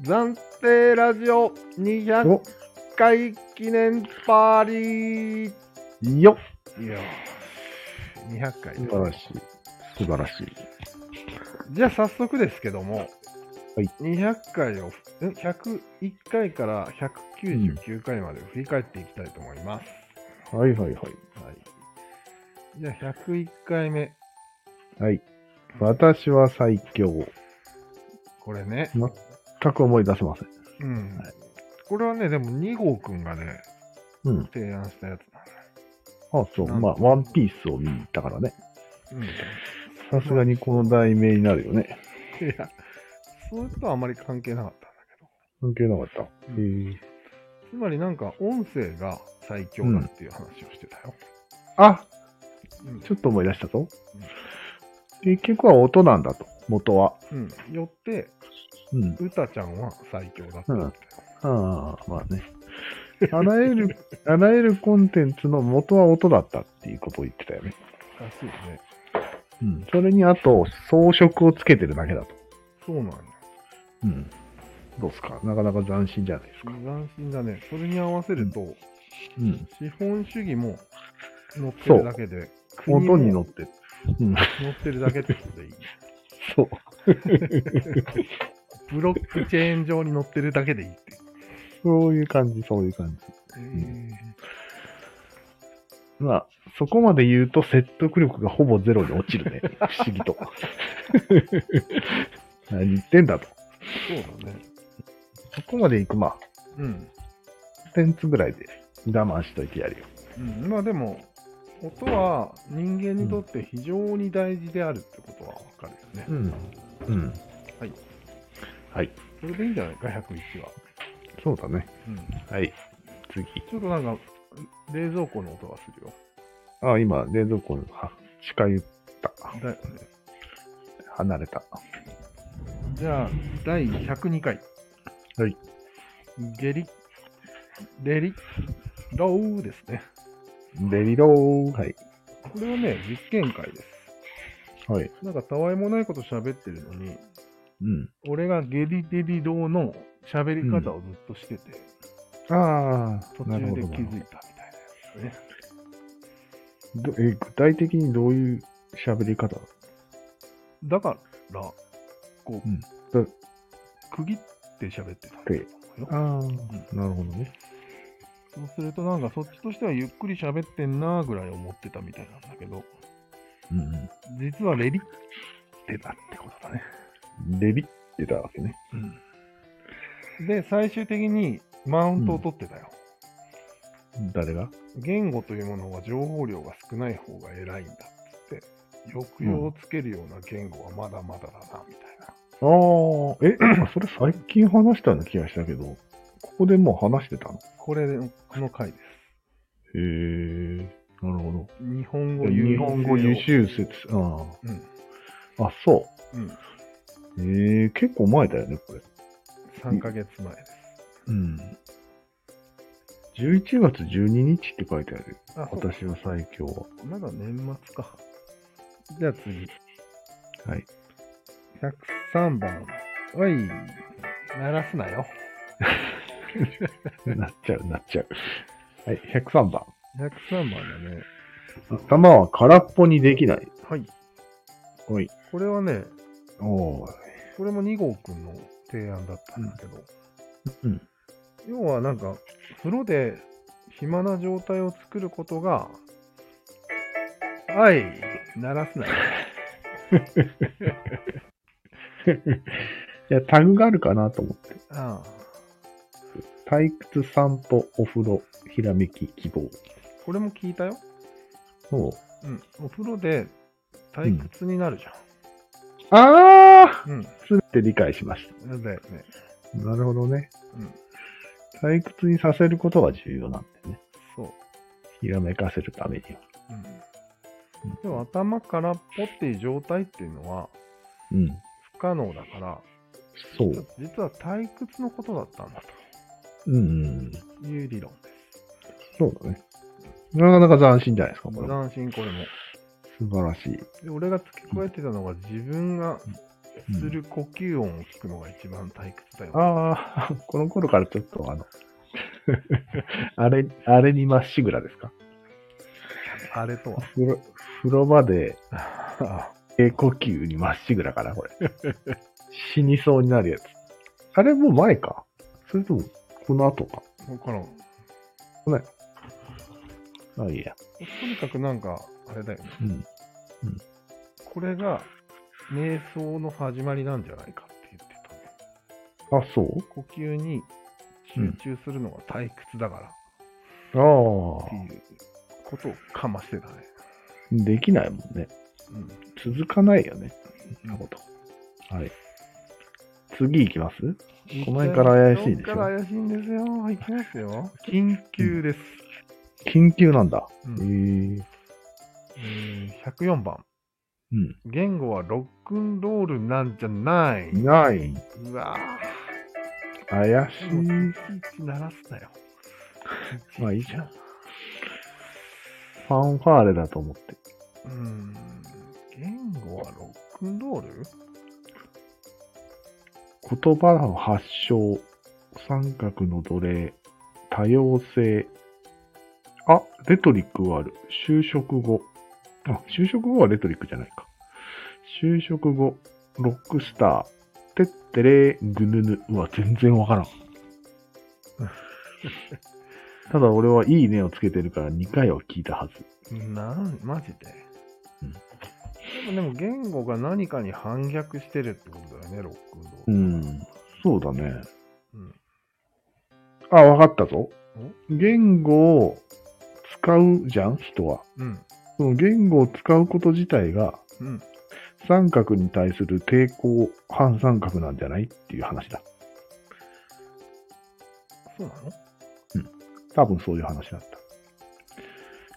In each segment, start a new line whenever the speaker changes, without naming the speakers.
暫定ラジオ200
お
回記念パーリー
よ
いやー200回
素
で
晴
す
らしい。素晴らしい。
じゃあ早速ですけども、
はい
200回をん101回から199回まで振り返っていきたいと思います、
はいはいはい。
はい、じゃあ101回目
はい。私は最強。
これね、
全く思い出せません。
うん
はい
これはねでも2号くんがね
うん。
提案したやつなんだ
あ、そう。まあ、ワンピースを見に行ったからね。
うん
さすがにこの題名になるよね。
いや、それとはあまり関係なかったんだけど、
関係なかった。へ
う
え。
つまりなんか音声が最強だっていう話をしてたよ。
あ、
うん
ちょっと思い出したぞ。結局は音なんだと。元は。
うんよって、
うん。
うたちゃんは最強だったって。
ああ、まあね。あらゆ る、あらゆるコンテンツの元は音だったっていうことを言ってたよね。
らしいね。
うん。それにあと、装飾をつけてるだけだと。
そうなんや。
うん。どうっすかなかなか斬新じゃないですか。
斬新だね。それに合わせると、
うん。
資本主義も乗ってるだけで、国も
音に乗ってる。うん。
乗ってるだけってことでいいね。
そう。
ブロックチェーン上に乗ってるだけでいいって。
そういう感じ、 そういう感
え
んじ。まあ、そこまで言うと説得力がほぼゼロに落ちるね。 不思議と。何言ってんだと。
ーそうだね。
そこまで行く、まあ、
うん。
コンテンツぐらいで我慢しといてやるよ。
うん、まあでも音は人間にとって非常に大事であるってことはわかるよね、
ん。うん。
はい。
はい。
それでいいんじゃないか101は、
そうだね。
うん、
はい。次。
ちょっとなんか冷蔵庫の音がするよ
あ、今、冷蔵庫の、あ、近寄った。
だよね
離れた。
じゃあ第102回
はい
ゲリレリローですね
レリロー。はい。
これはね実験会です
はい。
なんかたわいもないこと喋ってるのに
うん。
俺がゲリデリローの喋り方をずっとしてて、
ああ、
途中
な
で
るほど
気づいたみたいなやつね
どえ。具体的にどういう喋り方
だから、こう、
うんだ
区切って喋ってたんだと思うよ。
ああ、なるほどね。
そうすると、なんかそっちとしてはゆっくり喋ってんなーぐらい思ってたみたいなんだけど、
う
実はレリってたってことだね。
ん。レビってたわけね。
で、最終的にマウントを取ってたよ。
誰が
言語というものは情報量が少ない方が偉いんだっつって、抑揚をつけるような言語はまだまだだな、みたいな。
ああ、え、それ最近話したような気がしたけど、ここでもう話してたのへ
これの、この回です。
え、なるほど。
日本語優
日本語優秀説。あ
うん。
あ、あ、そ
うん。
う。ええ結構前だよね、これ。
3ヶ月前です。
うん。11月12日って書いてあるよ。
あそう
私は最強は。
まだ年末か。じゃあ次、
はい。
103番。おい、鳴らすなよ。
なっちゃう、なっちゃう。はい、103番。
103番だね。
頭は空っぽにできない。
はい。
はい。
これはね、
おー
これも2号くんの提案だったんだけど、
うん。
要はなんか、風呂で暇な状態を作ることが、おい、鳴らすなよ。
いや、タグがあるかなと思って。
ああ、
退屈、散歩、お風呂、ひらめき、希望。
これも聞いたよ。
そう。
うん。お風呂で退屈になるじ
あ
ゃん。うん。
ーつって理解しまし
だよね。
た。なるほどね。
うん。
退屈にさせることが重要なんだよね。
そう。
ひらめかせるためには。
うん
うん
でも頭空っぽっていう状態っていうのは
うん。
不可能だから、
そう。
実は退屈のことだったんだ
うん。
という理論で
そうだね。なかなか斬新じゃないですか、
す。
これも。
斬新これも。
素晴らしい。
で俺が付け加えてたのが自分が
うん
する呼吸音を聞くのが一番退屈だよ、
ああ、この頃からちょっとあの、 あれ、あれにまっしぐらですか
あれとは。
風呂風呂場で、
あ
え呼吸にまっしぐらかな、これ。 死にそうになるやつ。あれもう前かそれとも、この後か
わからん。
あ、いいや。
とにかくなんか、あれだよね。
うん。
これが、瞑想の始まりなんじゃないかって言ってたね。
あ、そう
呼吸に集中するのが退屈だから
あ
っていうことをかましてたね。
あ、できないもんね。
うん。
続かないよね。そんなこと。はい。次行きますこの辺から怪しいでし
この辺か
ょ
ら怪しいんですよ。いきますよ。緊急です。
緊急なんだ。
うん
へえ。
えー104番。
うん。
言語はロックンロールなんじゃない。
ない。
うわ
怪
ぁ。
し
で
い。
もいちいち鳴らすなよ。
まあいいじゃん。ファンファーレだと思って。
うーん。言語はロックンロール
言葉の発祥、三角の奴隷、多様性。あ、レトリックはある。就職後。あ、就職後はレトリックじゃないか。就職後、ロックスター、てってれー、ぐぬぬ。うわ、全然わからん。ただ俺はいいねをつけてるから2回は聞いたはず。
なん、マジで。
うん
でも、でも言語が何かに反逆してるってことだよね、ロックンロー
う
ル。
ん。そうだね。
うん
あ、わかったぞ。言語を使うじゃん、人は。
うん。
その言語を使うこと自体が、
うん。
三角に対する抵抗、反三角なんじゃないっていう話だ。
そうなの
多分そういう話だっ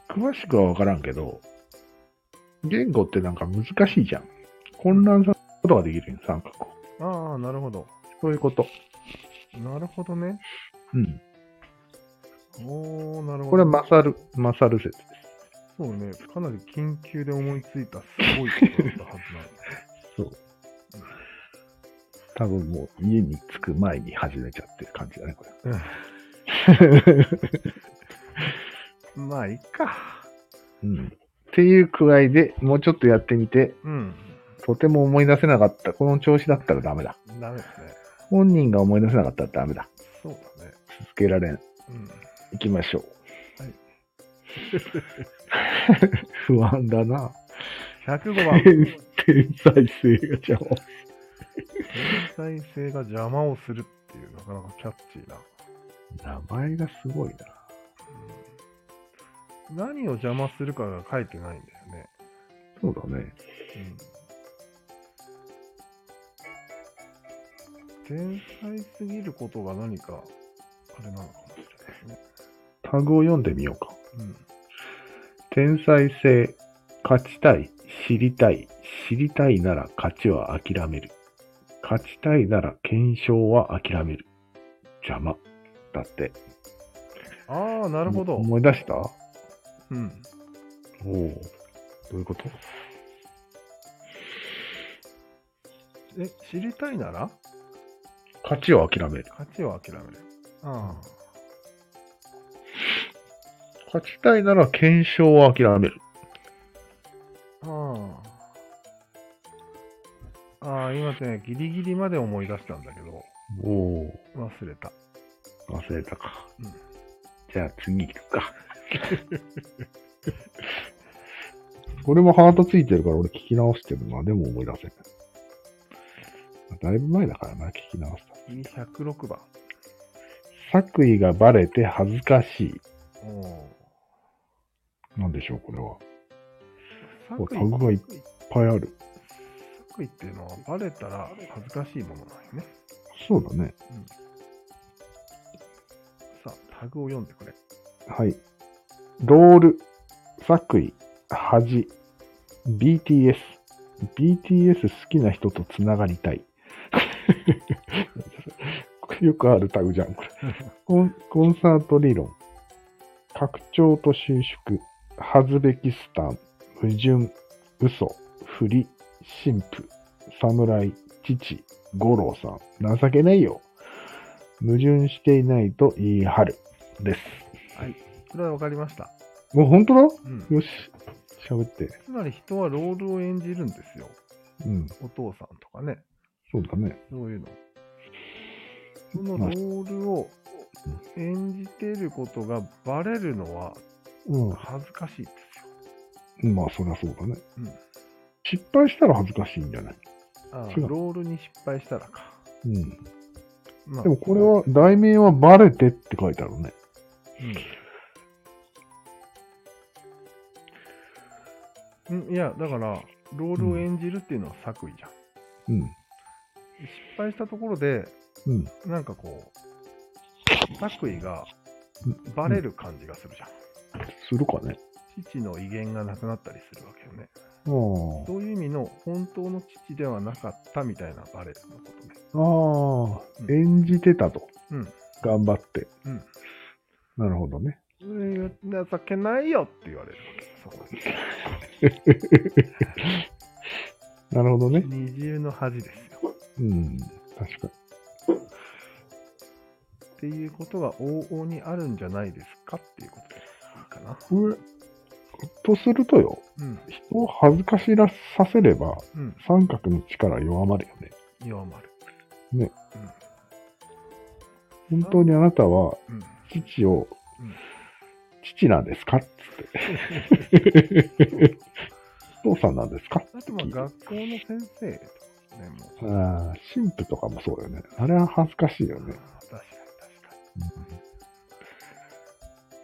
た。詳しくはわからんけど、言語ってなんか難しいじゃん。混乱させることができるよ、三角を。
ああ、なるほど。
そういうこと。
なるほどね。
うん。
おー、なるほど。
これは勝る、勝る説です。
そうね。かなり緊急で思いついた、すごいことだったはずなの。
そう。多分もう家に着く前に始めちゃってる感じだね、これ。
まあ、いいか。
うん。っていう具合で、もうちょっとやってみて、
うん。
とても思い出せなかった。この調子だったらダメだ。
ダメですね。
本人が思い出せなかったらダメだ。
そうだね。
続けられん。
うん。
行きましょう。
はい
不安だな。
105番。
天才性が邪魔。
天才性が邪魔をするっていう、なかなかキャッチーな。
名前がすごいな。
うん何を邪魔するかが書いてないんだよね。
そうだね。
天才すぎることが何か、あれなのかもしれないですね。
タグを読んでみようか。
うん。
天才性、勝ちたい、知りたい、知りたいなら勝ちは諦める。勝ちたいなら検証は諦める。邪魔。だって。
ああ、なるほど。
思い出したお
うん。
おう。どういうこと
え、知りたいなら
勝ちを諦める。
勝ちを諦める。あ
勝ちたいなら検証は諦める。
あ。ああ。ああ、今ね、ギリギリまで思い出したんだけど、
おお。
忘れた。
忘れたか。
うん
じゃあ次行く か。これもハートついてるから俺聞き直してるな。でも思い出せない。だいぶ前だからな、聞き直した。
次、106番。
作為がバレて恥ずかしい。
おお
なんでしょう、これは。
ー。
おタグがいっぱいある。
作為っていうのはバレたら恥ずかしいものなんよね。
そうだね。
さあ、タグを読んでくれ。
はい。ロール、作為、恥、BTS。BTS 好きな人とつながりたい。 よくあるタグじゃん、これ。コンコンサート理論。拡張と収縮。恥ずべきスタン。矛盾。嘘。振り。神父。侍。父、五郎さん、情けないよ。矛盾していないと言い張る。です。
それは分かりました。
お、本当だ
うん、
よし。喋って。
つまり人はロールを演じるんですよ。
うん。
お父さんとかね、
そうだね。
そういうの。そのロールを演じていることがバレるのは
う
恥ずかしいで
ん。まあ、そりゃそうだね。
うん
失敗したら恥ずかしいんじゃない
すよ。ああ
違う
ロールに失敗したらか。
うん。
まあ
でもこれ、は、題名はバレてって書いてあるね。
うんうんいや、だから、ロールを演じるっていうのは作為じゃん。
うん。
失敗したところで、
うん。
なんかこう、作為がバレる感じがするじゃん。
するかね。
父の威厳がなくなったりするわけよね。
ああ。
そういう意味の本当の父ではなかったみたいなバレのことね。
ああ、
うん
演じてたと。
うん。
頑張って。
うん。
なるほどね。
それが情けないよって言われるわけ。そこで
なるほどね。
二重の恥ですよ。
うん。確か
っていうことが往々にあるんじゃないですかっていうことでいいかな。
に。これ、とするとよ、
うん。
人を恥ずかしらさせれば、
うん。
三角の力弱まるよね。
弱まる。
ね。本当にあなたは
うん。うん。
父を
うん、
父なんで すかつって。父さんなんですか
あとまあ学校の先生とかね、もう。
ああ、神父とかもそうよね。あれは恥ずかしいよ
確かに
ね。
確か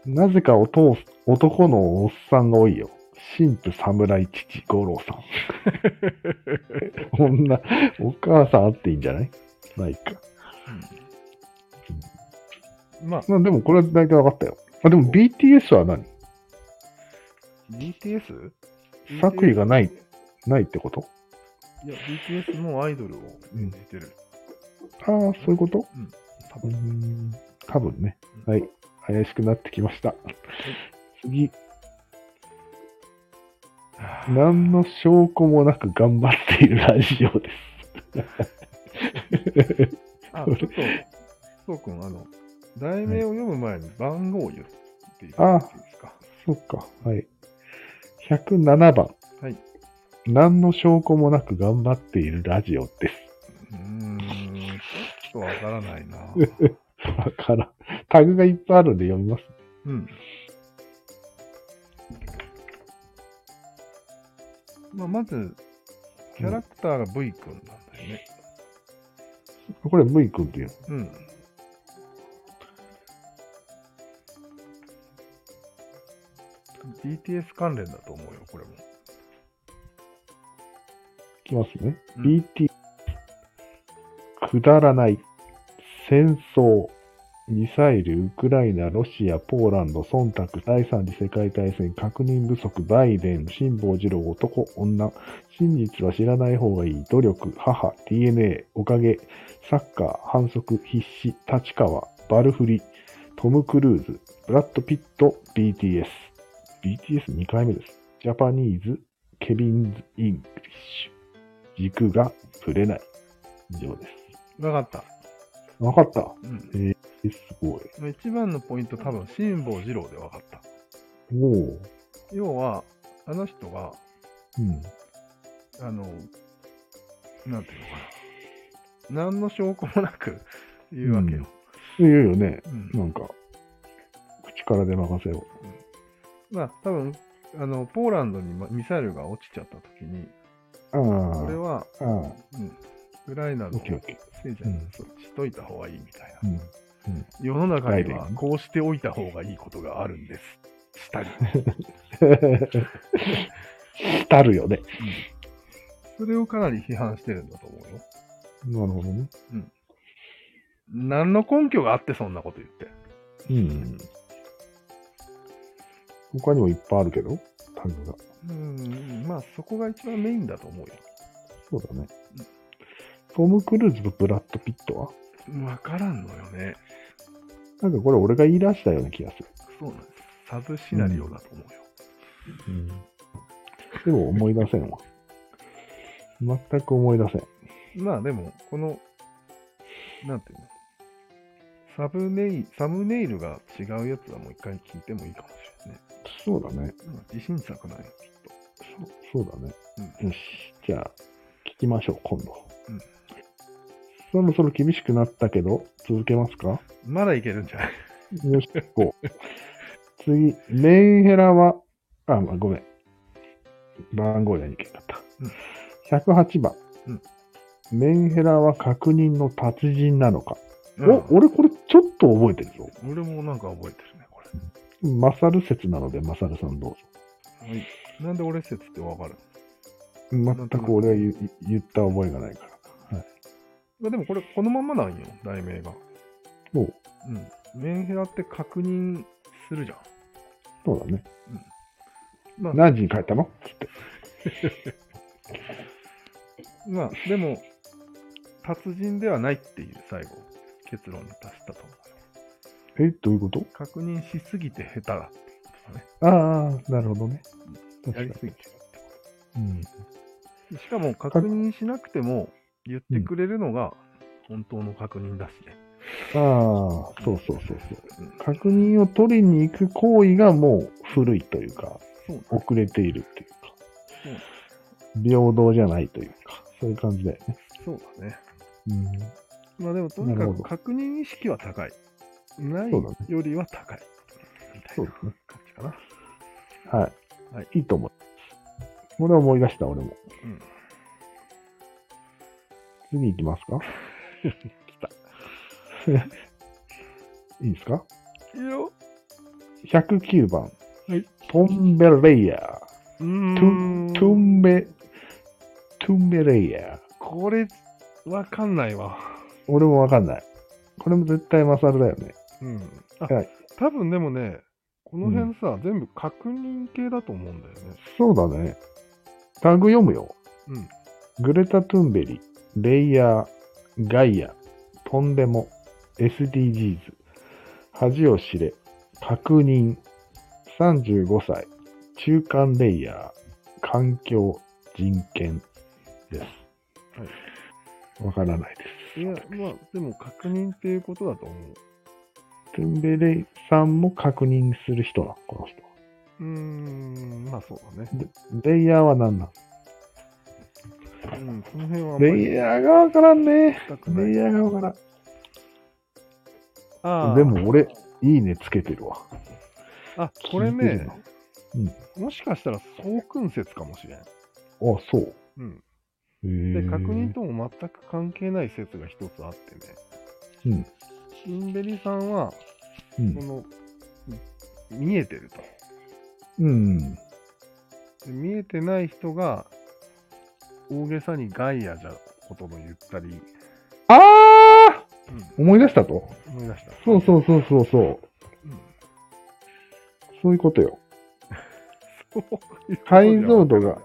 に。
なぜかお父す男のおっさんが多いよ。神父、侍、父、五郎さん。女、お母さんあっていいんじゃないないか。
うんまあ、
まあでもこれは大体分かったよ。あでも BTS は何
BTS?
作為がない。ないってこと
いや、BTS もアイドルを演じてる。
ああ、そういうこと
多
うー
分。
ん。多分ね。はい。怪しくなってきました。次。何の証拠もなく頑張っているラジオです。
あ、ちょっと、そうくん、あの、題名を読む前に番号を言っていただいていいですか。
そっか。はい。107番。
はい。
何の証拠もなく頑張っているラジオです。
うーん、ちょっとわからない な。
わからん。タグがいっぱいあるんで読みます。
うん。まあ、まず、キャラクターが V 君なんだよね。
これ、ムイ君っていう
うん。BTS 関連だと思うよ、これも。
いきますね。
うん
BT。くだらない。戦争。ミサイル、ウクライナ、ロシア、ポーランド、忖度、第三次世界大戦、確認不足、バイデン、辛抱二郎、男、女、真実は知らない方がいい、努力、母、DNA、おかげ、サッカー、反則、必死、立川、バルフリ、トム・クルーズ、ブラッド・ピット、BTS。BTS2 回目です。ジャパニーズ、ケビンズ・イングリッシュ。軸が触れない。以上です。
わかった。
わかった。
うん。
え、すごい。
一番のポイント、多分、辛坊二郎でわかった。
おお。
要は、あの人が、
うん。
あの、なんていうのかな。何の証拠もなく言うわけよ。
いよいよね。
うん
なんか、口から出任せを。
まあ、多分あのポーランドにまミサイルが落ちちゃった時に、
あ
これ
あ。
は、
ああ。
うん、ウクライナ
オ
の
ッケーオッケ
せいじゃな
う
い
ん
そうしといた方がいいみたい
ー。
な。
うん。
世の中に
バイ
は
デン
こうしておいた方がいいことがあるんです。したり。
したるよね。
それをかなり批判してるんだと思うよ。
なるほどね。
何の根拠があってそんなこと言って。
うん。他にもいっぱいあるけど、タグが。
うん、まあそこが一番メインだと思うよ。
そうだね。トム・クルーズとブラッド・ピットは
わからんのよね。
なんかこれ俺が言い出したような気がする。
そうなんです。サブシナリオだと思うよ。
うんでも思い出せんわ。全く思い出せん。
まあでも、この、なんていうの、サブネイ、サムネイルが違うやつはもう一回聞いてもいいかもしれないね。
そうだね。
まあ自信作ない。
そうそうだね。
う
よし。じゃあ、聞きましょう、今度。
うん
そろそろ厳しくなったけど、続けますか
ん、まだいけるんじゃ ない
よし、こう。次、メンヘラは、あ、まあ、ごめん。番号じゃいけなかった。108番。
うん
メンヘラは確認の達人なのか。
うん
お、俺これちょっと覚えてるぞ。
俺もなんか覚えてるね、こ
マサル説なので、マサルさんどうぞ。
れ。はい、なんで俺説ってわかる
全く俺は言う言った覚えがないから。
まあでもこれ、このままなんよ、題名が。
おう
うん。メンヘラって確認するじゃん。
そうだね。
まあ、
何時に帰ったのつって。
まあ、でも、達人ではないっていう最後、結論に達したと思う。
え、どういうこと
確認しすぎて下手だっていうことね。
ああ、なるほどね。確か
や
に
り。すぎて
うん、
る。しかも確認しなくても言ってくれるのが本当の確認だしね。
ああ、そうそうそうそう。
うん
確認を取りに行く行為がもう古いというか、
そうだ
遅れているというか
うん、
平等じゃないというか、そういう感じだよね。
そうだね。
うん、
まあでもとにか
なるほ
く
ど
確認意識は高い。ない
そうだね
よりは高い。みたい
そう
な
ですね。
感じかな。
はい。
はい
い、いと思う。これは思い出した、俺も。
うん
次行きますか いいですか
いいよ。
109番、
はい
トンベレイヤ
う
ー。
ー
トゥ
ん
ン、トゥンベ、トゥンベレイヤー。
これ、わかんないわ。
俺もわかんない。これも絶対マサルだよね。
うん。あ、
はい
多分でもね、この辺さ、全部確認系だと思うんだよね。
そうだね。タグ読むよ。
うん。
グレタ・トゥンベリ、レイヤー、ガイア、トンデモ、SDGs、恥を知れ、確認、35歳、中間レイヤー、環境、人権です。
は
わからないです。
いや、まあ、でも確認っていうことだと思う。
トゥンベレイさんも確認する人だ、この人。
うーん、まあそうだね。
レレイヤーは何な
うん、その辺はあ
の
んま
レイ
り
ヤーがわからんね。
したくな
レイ
い。
ヤーがわからん。
ああ
で、も俺、いいねつけてるわ。
あ、これ
聞いて
ね
るな、
もしかしたら総君説かもしれん。
あ、そう。
うん。
へ
で、
ー
確認とも全く関係ない説が一つあってね。
うん。
シンベリさんは、
う
こ
ん。
の、見えてると。
うん。
で見えてない人が大げさにガイアじゃことも言ったり、
ああ
う
思い出したと。
ん、思い出した。
そう
う。
そうそうそうそう。
ん、
そういうことよ。
そういうこと
解像度が。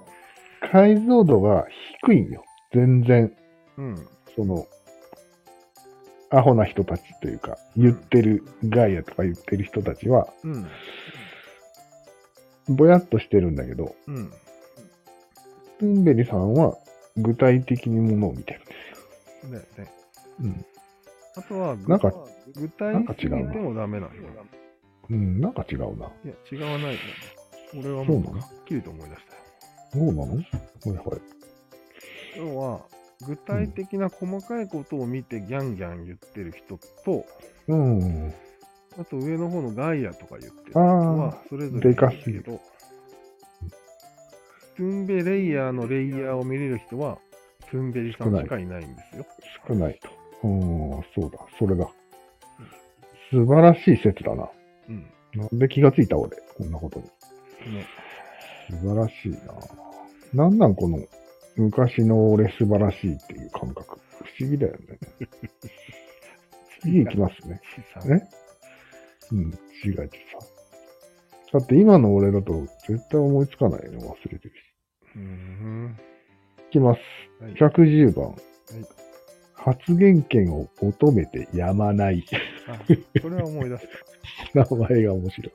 解像度が低いんよ。全然。
うん。
その、アホな人たちというか、言ってる、ガイアとか言ってる人たちは、
うん。
ぼやっとしてるんだけど、
うん。
トゥンベリさんは具体的にものを見てるんで
だよね。
すよ。
あとは、
なんか
具体的に言ってもダメなのよ。
うん。うん、なんか違うな。
いや、違わないよ。俺はも
そう
う
なの
はっきりと思い出したよ。
そうなのはいはい。
要は、具体的な細かいことを見てギャンギャン言ってる人と、
うん。
あと上の方のガイアとか言ってる
あ
人
ー
は、それぞれ
でかすぎ
いるけど、トゥンベレイヤーのレイヤーを見れる人は、トゥンベリさんしかいないんですよ。
少ないと。うん、そうだ、それだ。素晴らしい説だな。
うん。
なんで気がついた俺、こんなことに。
ね。
素晴らしいな。なんなんこの、昔の俺素晴らしいっていう感覚。不思議だよね。次行きますね。
小さ
え
な
うん、違う違う。だって今の俺だと絶対思いつかないの忘れてるし。
うーん。
いきます。
はい
110番。
い
発言権を求めてやまない。
あこれは思い出し
名前が面白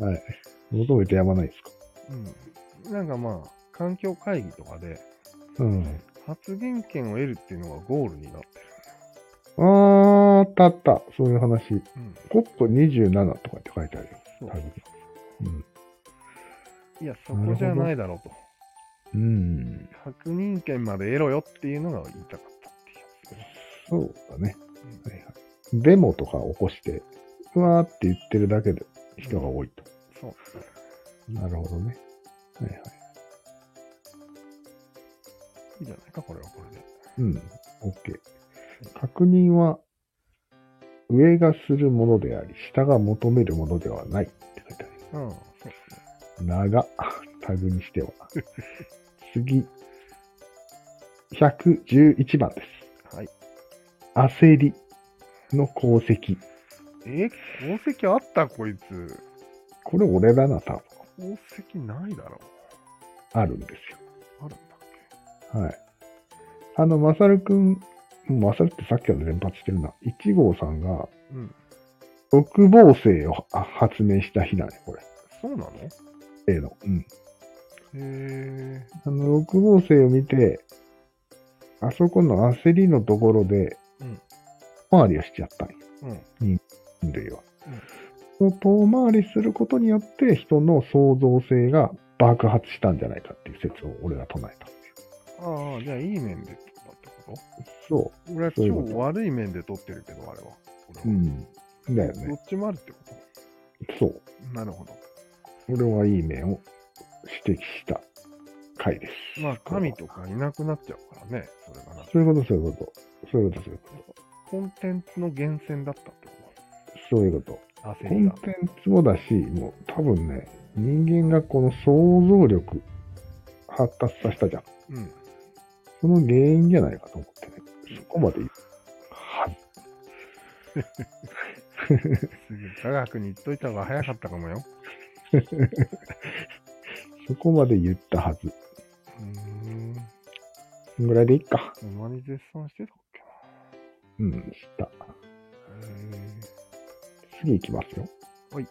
い。はい。求めてやまないですか
た。うん。なんかまあ、環境会議とかで、
うん。
発言権を得るっていうのがゴールになってる。
あー、あったあった。そういう話。
うん。
コップ27とかって書いてあるよ。
そう
はいうん。
いや、そこじゃないだろうと。
うん。
確認権まで得ろよっていうのが言いたかったっていうやつですね。
そうだね。
うん
はいはい。デモとか起こして、うわーって言ってるだけで人が多いと。
そう。
なるほどね。はいはい。
いいじゃないか、これはこれで。
うん。OK。確認は、上がするものであり、下が求めるものではないって書いてあ
うん、そうですね。
る。長。タグにしては。 次。111番です。
はい。
焦りの功績。
え、功績あったこいつ。
これ俺らな、多分。
功績ないだろ
あるんですよ。
あるんだっ
はい。あの、まさるくん、もうまさるってさっきから連発してるな。1号さんが、
けうん。
六芒星をあ発明した日だね、これ。
そうなの
A の。うん。
へえ。
あの、六芒星を見て、あそこの焦りのところで、
うん
回りをしちゃったんよ、
うん。
人類は。その遠回りすることによって、人の創造性が爆発したんじゃないかっていう説を俺が唱えたんですよ。
ああ、じゃあいい面で取ったってこ
そ
と俺は
そういう
超
こと
悪い面で取ってるけど、あれは。俺は
う。うん。だよ
ど
ね。
っちもあるってこと
そう。
なるほど。
俺はいい面を指摘した回です。
まあ、神とかいなくなっちゃうからね、それがな。
そういうこと、そういうこと。そういうこと、そういうこと。
コンテンツの源泉だったって
そういうこと。
こと焦
コ
り
ン
が。
テンツもだし、もう多分ね、人間がこの想像力発達させたじゃん。
うん。
その原因じゃないかと思ってね。そこまで言う。はい。
すぐ科学に言っといた方が早かったかもよ。
そこまで言ったはず。
うーん。
そんぐらいでいいか。
ほんまに絶賛してたっけ
うん、した。
な。へ
次いきますよ。
はい。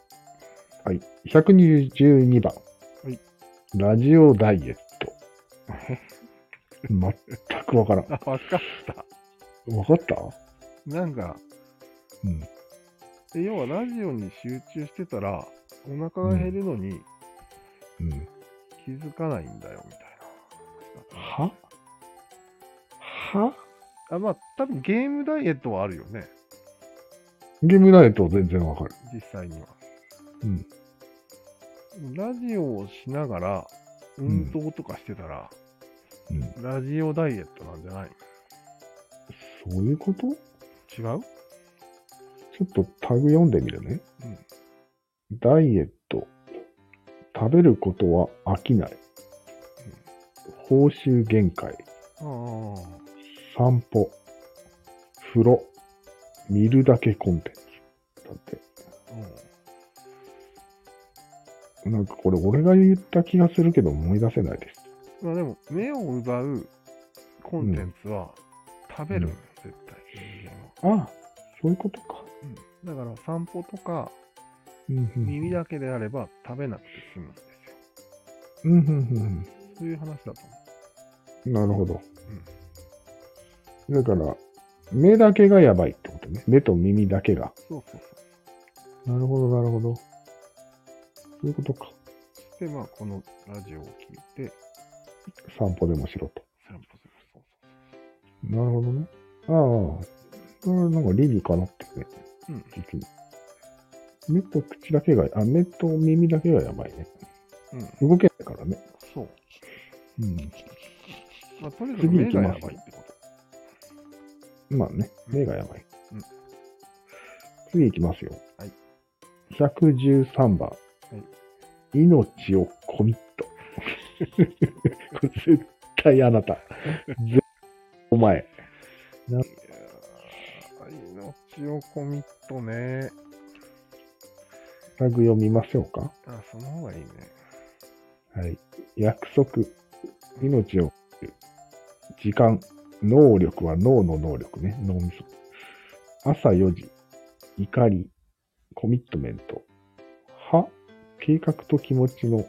はい。112番。
はい。
ラジオダイエッ ト。
え。
全くわからん。
あ、わかった。
わかった
なんか、
うん。
え要はラジオに集中してたら、お腹が減るのに
うん。
気づかないんだよ、みたいな。
はは
あ、まあ、多分ゲームダイエットはあるよね、
ゲームダイエットは全然わかる。
実際には。
うん。
ラジオをしながら、運動とかしてたら、
うん。
ラジオダイエットなんじゃない
そういうこと
違う
ちょっとタグ読んでみるね。
うん。
ダイエット。食べることは飽きない。報酬限界。
ああ。
散歩。風呂。見るだけコンテンツ。だ
う
って、なんかこれ俺が言った気がするけど思い出せないです。
ん、まあでも、目を奪うコンテンツは食べるのよ、絶対。人間は
ああ、そういうことか。
だから散歩とか
うんうん
耳だけであれば食べなくて済むんですよ。
うんうん
そういう話だと思
うん。なるほど。
う。うん、
だから、目だけがやばいってことね。目と耳だけが。
そうそう
なるほど、なるほど。そういうことか。
そう。そしてまあこのラジオを聞いて
散歩でもしろと。
散歩する。そうそう
なるほどね。ああ。これなんか理にかなってるね。
そう。うん
実に。目と口だけが、あ、目と耳だけがやばいね。
うん、
動けないからね。
そう。
うん。
まあ、とにかく目がやばいってこ
まあね、目がやばい。
うん
次いきますよ。
はい。
113番。命をコミット。 これ絶対あな た。絶お前。
と。いやー命をコミットね。
タグ読みましょうか。
あ、その方がいいね。
はい。約束。命を。時間。能力は脳の能力ね。脳みそ。朝4時。怒り。コミットメント。は計画と気持ちの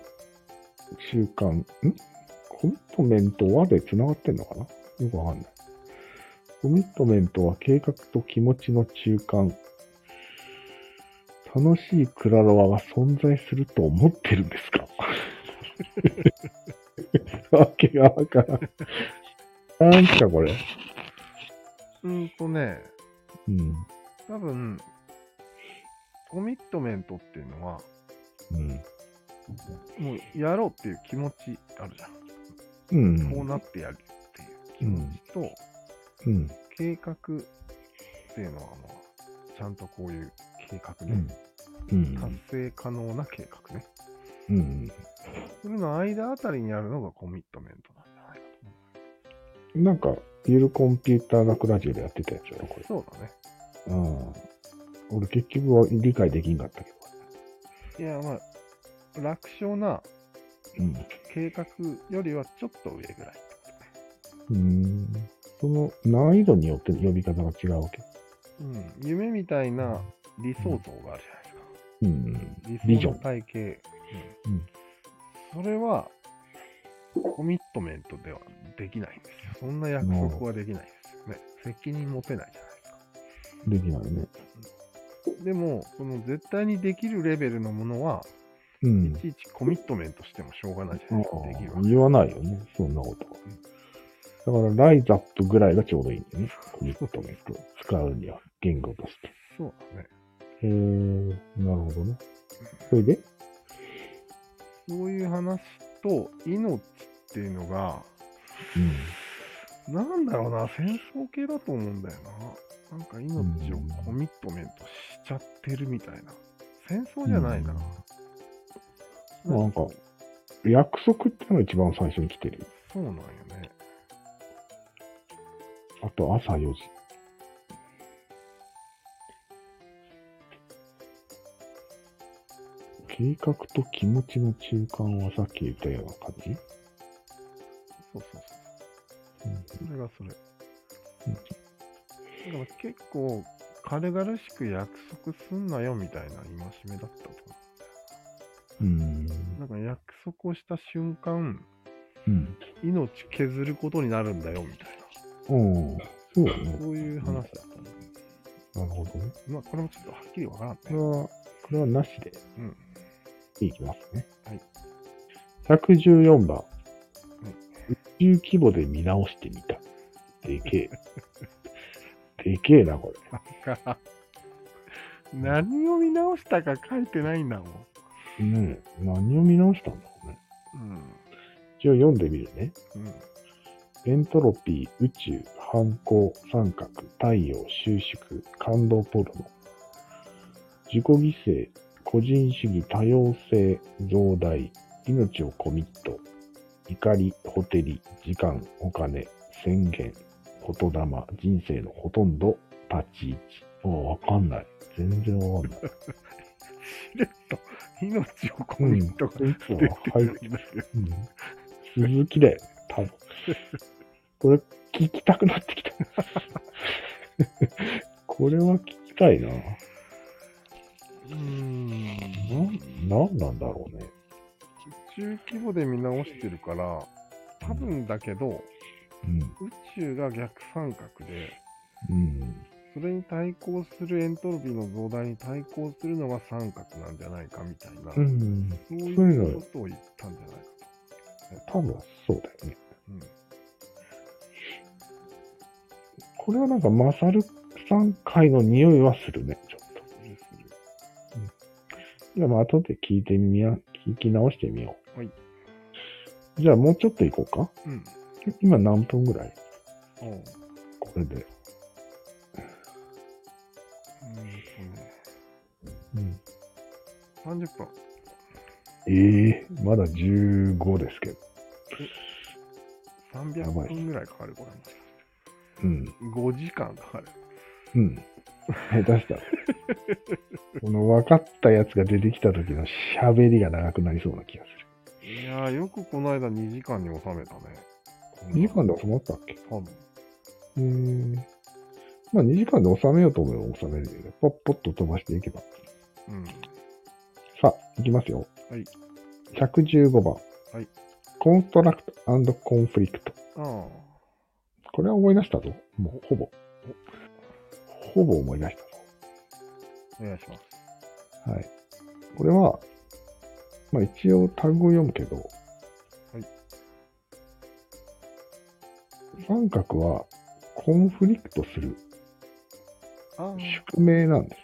習慣。んコミットメントはで繋がってんのかなよくわかんない。コミットメントは計画と気持ちの中間。楽しいクラロワが存在すると思ってるんですかわけがわからん。なんすかこれ。
うんとね、
うん。
多分、コミットメントっていうのは、
うん。
もうやろうっていう気持ちあるじゃん。
う。
こうんなってやるっていう気持ちと、
うん。
計画っていうのはもう、ちゃんとこういう計画
う
ね
ん。。うん。
達成可能な計画ね。
うん。
それの間あたりにあるのがコミットメントなんじゃないかと思
なんか、ゆるコンピューター学ラジオでやってたやつだろ、これ。
う。そうだね。
うん。俺結局は理解できんかったけ
い
ど。
や、まあ、楽勝な
うん。
計画よりはちょっと上ぐらい。
うーんその難易度によって呼び方が違うわけ。
うん、夢みたいな理想像がある
うん。
じゃないですか。
ビ
理
ジ
想
ョ
の
ン
体系。うん
うん
それは、コミットメントではできないんですよ。そんな約束はできないですよね。責任持てないじゃないですか。
できないね。
でも、その絶対にできるレベルのものは、
うん
い。ちいちコミットメントしてもしょうがないじゃないですか。できるわけ
言わないよね、そんなことは。だから、ライザップぐらいがちょうどいいんだよね。コミットメント。使うには、言語として。
そうだね。
へえー、なるほどね。それで
そういう話と、命っていうのが、
うん。
なんだろうな、戦争系だと思うんだよな。なんか命をコミットメントしちゃってるみたいな。戦争じゃないな。
うんなんか、約束ってのが一番最初に来てる。
そうなんよね。
あと、朝4時。計画と気持ちの中間はさっき言ったような感じ
そうそうそう。それがそれ。だから結構、軽々しく約束すんなよみたいな戒めだったと思
うん。
う。なんか約束をした瞬間、
うん。
命削ることになるんだよみたい
うん。そうだね。
な。そういう話だったね。
なるほどね。
まあ、これもちょっとはっきりわからん
これ
ね。
は、これはなしで
うん。
いきますね。
はい。
114番
うん。
宇宙規模で見直してみた。でけ え。でけえな、これ。
か何を見直したか書いてないんだもん。
ねえ何を見直したんだろうね。一応読んでみるね。
うん。うん。
エントロピー、宇宙、反光、三角、太陽、収縮、感動ポルノ。自己犠牲、個人主義、多様性、増大、命をコミット、怒り、ホテリ、時間、お金、宣言、言霊、人生のほとんど、立ち位置。あわかんない。全然わかんない。
しれっと命を コミットが
うん
出て くるんだけど、
うん鈴木だよね、多分。これ、聞きたくなってきた。 これは聞きたいな。
うーん
な、なんなんだろうね。
宇宙規模で見直してるから、多分だけど、
うん。
宇宙が逆三角で、
うん。
それに対抗するエントロピーの増大に対抗するのが三角なんじゃないかみたいな、
うん。
そういうことを言ったんじゃないか
多分そうだよね。
と。うん
これはなんか、マサルさん回の匂いはするね、ちょっと。
する
じゃあ、まあ、後で聞いてみや、聞き直してみよう。
はい。
じゃあ、もうちょっと行こう
うん。
か。今何分ぐらい
おうう
これで。
ーんとね。
うん。
30分。
ええまだ15ですけど。やば
300
い
分ぐらいかかる、これも。
うん。
5時間かかる。
うん。 下 手したら。この分かったやつが出てきた時の喋りが長くなりそうな気がす
いやー、よくこの間2時間に収めたね。
る。2時間で収まったっけ
多分。
ええまあ2時間で収めようと思えば収めるよね。ポッポッと飛ばしていけば。
うん。
さあ、いきますよ。
はい。
115番。
はい
コンストラクトコンフリクト。
ああ。
これは思い出したぞ。もう、ほぼ。ほぼ思い出した
お願いします。
ぞ。はい。これは、まあ一応単語を読むけど、
い
三角はコンフリクトする
ああ、
宿命なんで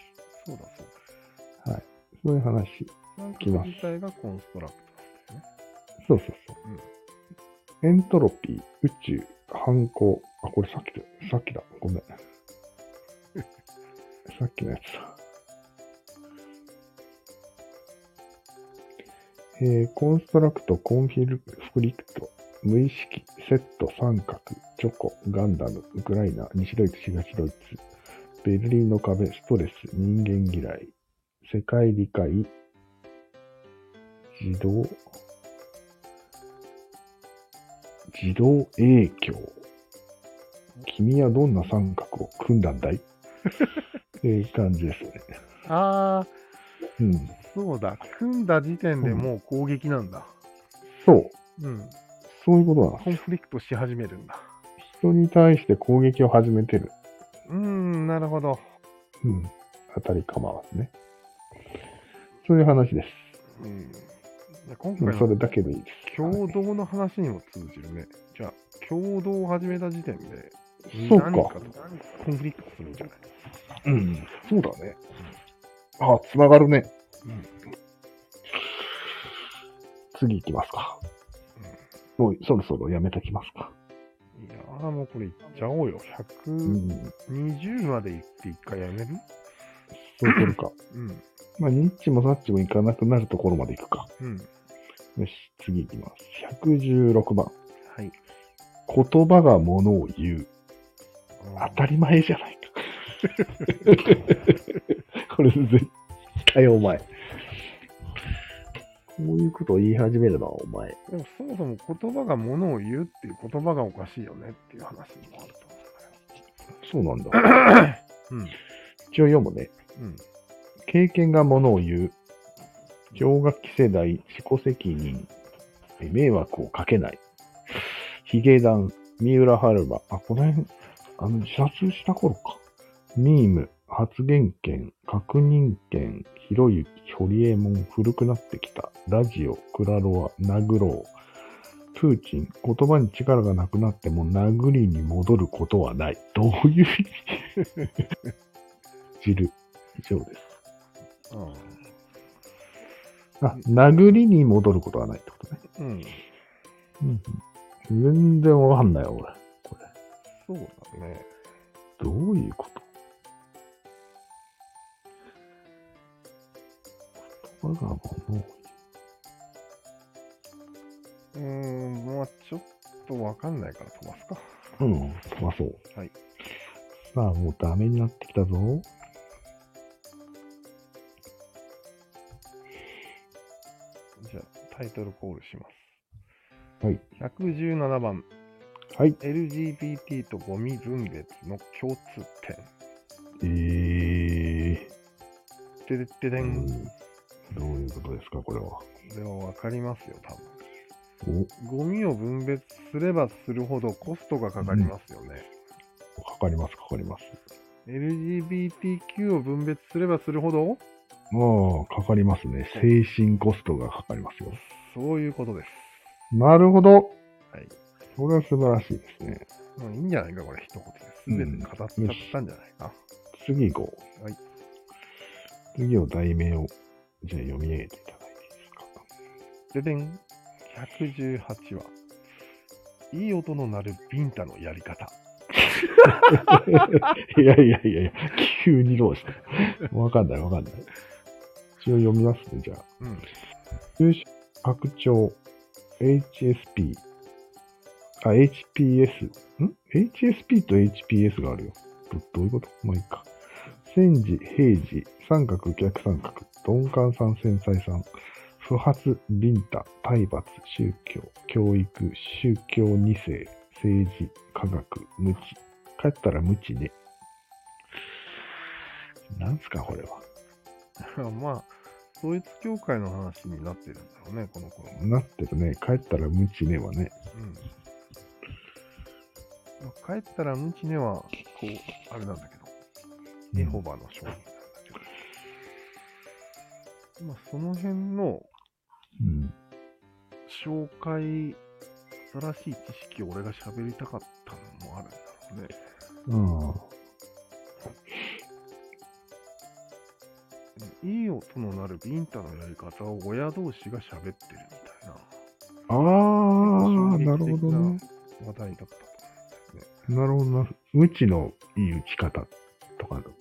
そうだそう
す。そういう話。
だ。なんか
きます
自体がコンストラクトなんだよね。
そうそうそう。エントロピー、宇宙、反抗。あ、これさっきだ。さっきだ。ごめん。 さっきのやつだ。えー、コンストラクト、コンフィルフリクト、無意識、セット、三角、チョコ、ガンダム、ウクライナ、西ドイツ、東ドイツ、ベルリンの壁、ストレス、人間嫌い、世界理解、自動、自動影響。君はどんな三角を組んだんだい っていう感じですね。
ああ、
うん。
そうだ。組んだ時点でもう攻撃なんだ。
そう。
うん。
そういうことなの。
コンフリクトし始めるんだ。
人に対して攻撃を始めてる。
うーん、なるほど。
うん。当たり構わずね。そういう話です。
うん。今
う
回
んそ
の
れだけでいいです。
共同の話にも通じるね。じゃあ、共同を始めた時点で、
そうか
何かとコンフリクトするんじゃない
うん。そうだね。あ、つながるね。
うん
次行きますか。もうそろそろやめときますか。
いやーもうこれいっちゃおうよ。
うん。
120までいって一回やめる
そうするか。
うん。
まあ、ニッチもサッチも行かなくなるところまで行くか。
うん。
よし、次行きます。116番。
はい。
言葉がものを言う。当たり前じゃないか。 これ絶対お前。こういうことを言い始めるのはお前。
でもそもそも言葉がものを言うっていう言葉がおかしいよねっていう話にもあると思
そうなん
う
だ。
んだよ。
一応読むね。
うん。うん。
経験がものを言う。氷河期世代、自己責任。迷惑をかけない。ヒゲダン、三浦春馬。あ、この辺、あの、自殺した頃か。ミーム、発言権、確認権、ひろゆき、堀江門、古くなってきた。ラジオ、クラロワ、殴ろう。プーチン、言葉に力がなくなっても殴りに戻ることはない。どういう意味 ジル、以上です。
あ
あ、殴りに戻ることはないってことね。
ーうん。
うん、全然わかんないよ、俺。これ。
そうだね。
どういうこと言葉がもの
うーん、まあちょっとわかんないから飛ばすか。
うん、飛ばそう。
はい。
さあ、もうダメになってきたぞ。
じゃあタイトルコールします。
はい。
117番、
はい。
LGBT とゴミ分別の共通点。
えー。
てれってれ。
うんんどういうことですか、これは。
これはわかりますよ、多分。
お、
ゴミを分別すればするほどコストがかかりますよね。
かかります、かかります。
LGBTQ を分別すればするほど
ああ、かかりますね。精神コストがかかりますよ。
そういうことです。
なるほど。
はい。
これは素晴らしいですね。
もういいんじゃないか、これ一言で。すべて語っちゃったんじゃないか。
次行こう。
はい。
次を題名を、じゃあ読み上げていただいていいですか。
ででん。118話。いい音の鳴るビンタのやり方。
いやいやいやいや、急にどうした わかんないわかんない。一応読みますね、じゃあ。
うん。
収集拡張 HSP。あ、HPS。ん ?HSP と HPS があるよ。どどういうことまあいいか。戦時、平時、三角、逆三角、鈍感さん、繊細さん、不発、ビンタ、体罰、宗教、教育、宗教二世、政治、科学、無知。帰ったら無知ね。なんすか、これは。
まあ、統一教会の話になってるんだろうね、この頃。うん。
なってるね。帰ったら無知ねはね。
まあ、帰ったら無知ねは、こう、あれなんだけど、エホバの証人なんだけど、まあ、その辺の
うん。
紹介、新しい知識を俺が喋りたかったのもあるんだろうね。
ああ。
いい音のなるビンタのやり方を親同士が喋ってるみたいな。
ああ、なるほどね。
話題だったと
なるほどな。無知のいい打ち方とか
思うんだよね。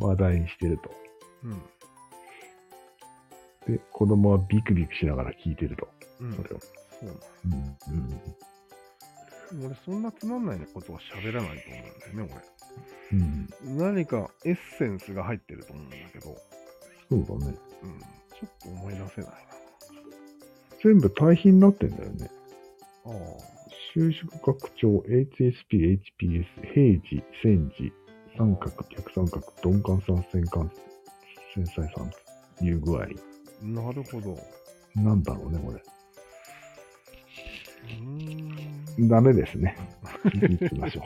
の話題にしてると。
うん。うん。
で、子供はビクビクしながら聞いてると。
うん、
それを。
そうなの
うん。
でも俺そんなつまんないことは喋らないと思うんだよね、
うん。うん。
俺。何かエッセンスが入ってると思うんだけど、
そうだね。
うん、ちょっと思い出せないな。
全部対比になってんだよね。
ああ、
収縮拡張、HSP、HPS、平時、戦時、三角、逆三角、鈍感三線感、繊細三という具合。
なるほど。う
なんだろうね、 これ。
ーん。
ダメですね。次行きましょう。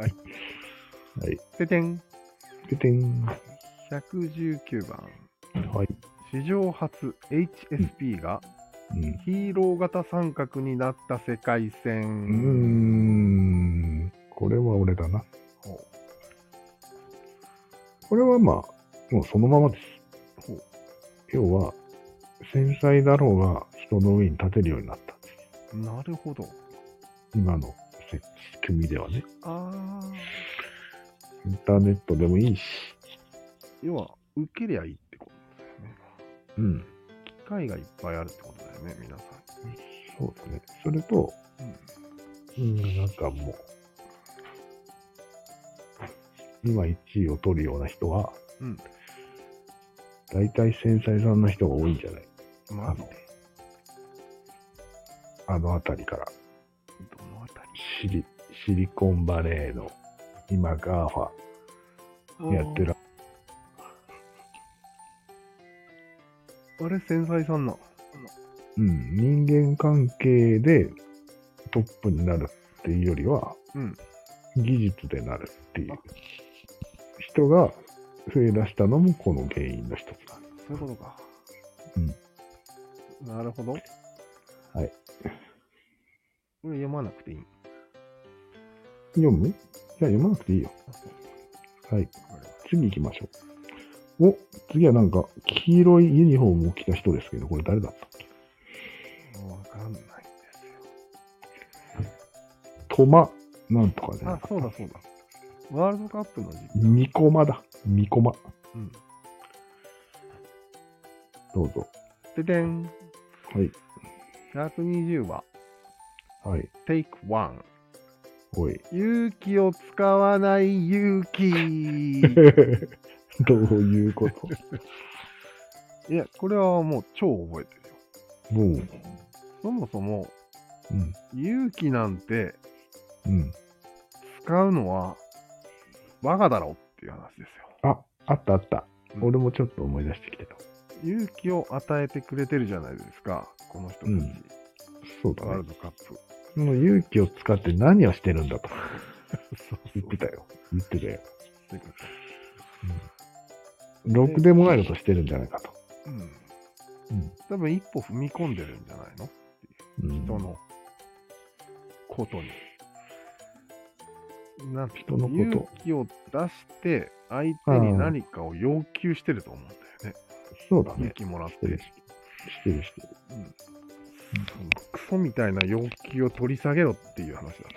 はい。
はい。
ててん、
でてん。は
119番。
い。
史上初 HSP が
うん。
ヒーロー型三角になった世界
うー
線。
ん。これは俺だな。
ほう
これはまあ、もうそのままです。
ほう
要は、繊細だろうが人の上に立てるようになったんです。
なるほど。
今のせ仕組みではね。
ああ。
インターネットでもいいし。
要は、受けりゃいいってことだよね。
うん。
機会がいっぱいあるってことだよね、皆さんに。
そうだね。それと、うん、なんかもう、今1位を取るような人は、
うん。
大体繊細さんの人が多いんじゃない
うん。まあ、どの
あの辺りから。
あた
シリ、シリコンバレーの、今ガーファ
り
やって。る。
あーあれ、繊細さんなの。
うん、人間関係でトップになるっていうよりは、
うん。
技術でなるっていう
あ
人が増え出したのもこの原因の一つだ。
そういうことか。なるほど。
はい。
これ読まなくていい。
読むいや、読まなくていいよ。
あそう
はい。
わかりまし
次行きましょう。お、次はなんか、黄色いユニフォームを着た人ですけど、これ誰だったっけ
たわかんないんです
トマ、なんとかじゃ
よ。
な
あ
か、っ
そうだそうだ。ワールドカップの時期。
た。ニコマだ。ニコマ。
うん。
どうぞ。
ででん。
はい。
120話。
はい。
Take one。
おい。
勇気を使わない勇 気。
どういうこと
いや、これはもう超覚えてるよ。
もう、
そもそも、
うん、
勇気なんて
うん。
使うのはバカだろっていう話ですよ。
あ、あったあった
う。ん
俺もちょっと思い出してきてた。
勇気を与えてくれてるじゃないですか、この人たち。
うんそうだ
ワー
ね
ル。ドカップ。
もう勇気を使って何をしてるんだと
そう
言ってたよ。言ってたよ。
そういうこ
ろくでもないことしてるんじゃないかと。
とうん。
うん。
多分一歩踏み込んでるんじゃないの
うん
人のことに。なんて
人のこと
勇。気を出して相手に何かを要求してると思うんだよね。
そうだ
勇
ね。
気もらっ
し
て
てる。してるしてる。
うんクソみたいな要求を取り下げろっていう話だ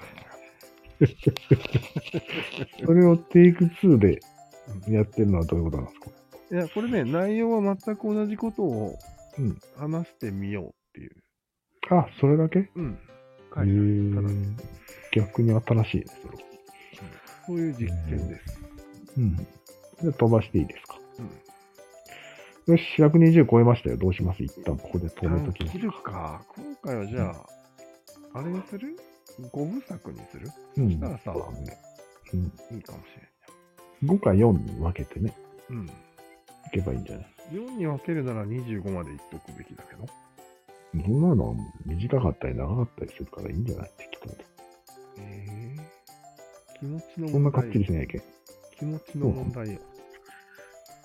それをテイク2で
と思うよ
やってるのはどういうことなんですか
いや、これね、内容は全く同じことを
うん
話してみようっていう。
あ、それだけへ
うん。書いてあるただ
ー逆に新しいです。それ
そういう実験です。
うん。じゃあ飛ばしていいですか
うん。
よし、120超えましたよ。どうします一旦ここで止めときます
切。るか。今回はじゃあ、あれにする五部作にする
うん。
したらさ
そうだねうん
いいかもし
5か4に分けてね。
れん。うん。
いけばいいんじゃない
4に分けるなら25までいっとくべきだけど。
そんなのはもう短かったり長かったりするからいいんじゃない適当に。
え気持ちの
そんな
問
かっちり
題。
しないけん。
気持ちの問題よ。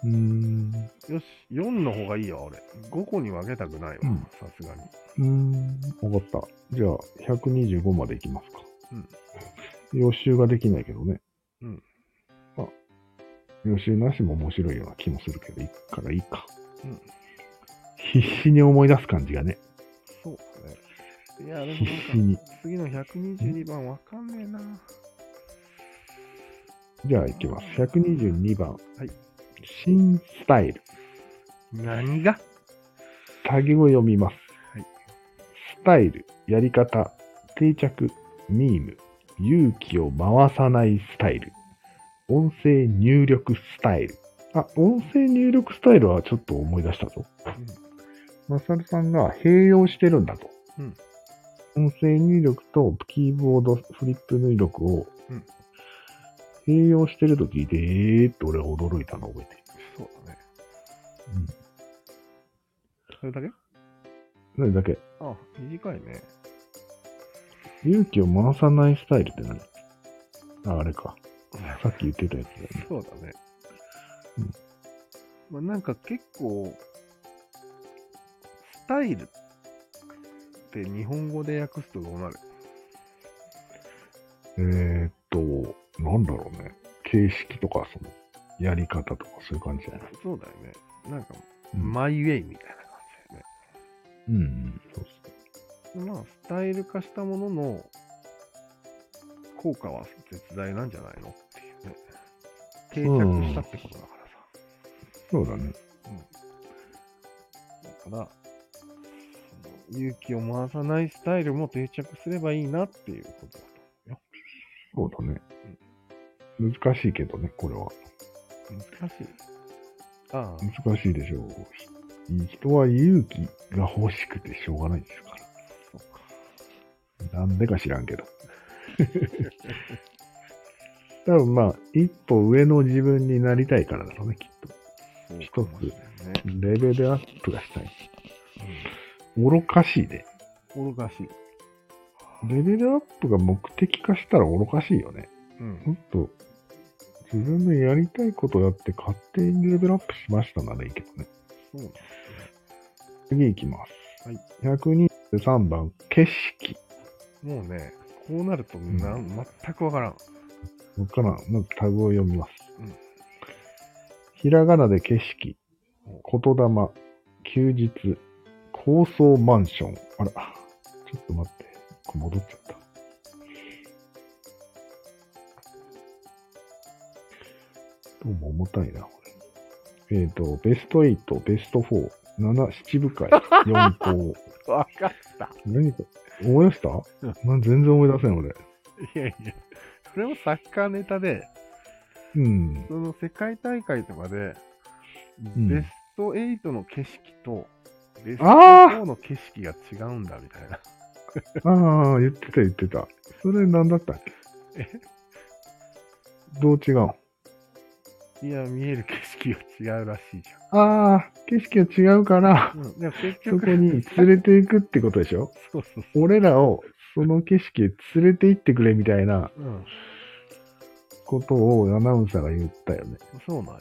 うーん。
よし、4の方がいいよ、俺。5個に分けたくないわ
うん、
さすがに。
うーん。わかった。じゃあ、125までいきますか。
うん。
予習ができないけどね。
うん。
まあ、予習なしも面白いような気もするけど、いくからいいか。
うん。
必死に思い出す感じがね。
そうね。いや、でも
必死
なん
に
か、。次の122番わかんねえな。
じゃあ、いきます。122番。
はい。
新スタイル。
何が
鍵を読みます。
はい
スタイル、やり方、定着、ミーム、勇気を回さないスタイル、音声入力スタイル。あ、音声入力スタイルはちょっと思い出したぞ。マサルさんが併用してるんだと。
うん
音声入力とキーボードフリップ入力を
うん
併用してると聞いて、えーって俺は驚いたのを覚えてる。
そうだね。そ
うん
れだけ
それだけ。
あ、短いね。
勇気を回さないスタイルって何あ、あれか。さっき言ってたやつだよね。
そうだね。
うん
まあ、なんか結構、スタイルって日本語で訳すとどうなる
えー、っと、なんだろうね。形式とか、その、やり方とか、そういう感じじゃない。
そうだよね。なんか、
うん
マイウェイみたいな感じだよね。
うん、うん、そうそう。
まあ、スタイル化したものの効果は絶大なんじゃないのっていうね。定着したってことだから
そうだね。
さ。だから、その勇気を回さないスタイルも定着すればいいなっていうことだと
そうだね。難しいけどね、これは。
思う。難しい。ああ、
難しいでしょう。ひ人は勇気が欲しくてしょうがないですか
そうか。
ら。なんでか知らんけど。 多分まあ、一歩上の自分になりたいからだろうね、きっと。
そうかもしれないね。
レベルアップがしたい。愚かしいね。
愚かしい。
レベルアップが目的化したら愚かしいよね。
うん。
もっと、自分のやりたいことやって勝手にレベルアップしましたならいいけどね。
そうなん
次行きます。
はい
123番、景色。
もうね、こうなるとなん、全くわからん。
ここから、まずタグを読みます。
うん
ひらがなで景色、言霊、休日、高層マンション。あら、ちょっと待って。これ戻っちゃった。どうも重たいな、これ。えっ、と、ベスト8、ベスト4、7、7部会、4校。
わかった。
何か、思い出した、なん、全然思い出せん、俺。
いやいや、それもサッカーネタで、
うん。
その世界大会とかで、
ん
ベスト8の景色と、ベスト
あー
4の景色が違うんだみたいな。
ああ、言ってた言ってた。それ何だったっけ
え
どう違うん
いや、見える景色が違うらしいじ
ああ、景色が違うから
ゃ、ん。うん、でも結
そ
局、
こに連れて行くってことでしょ
そうそう
俺らをその景色へ連れて行ってくれみたいな
そう。うん、
ことをアナウンサーが言ったよね。
そうなんよ。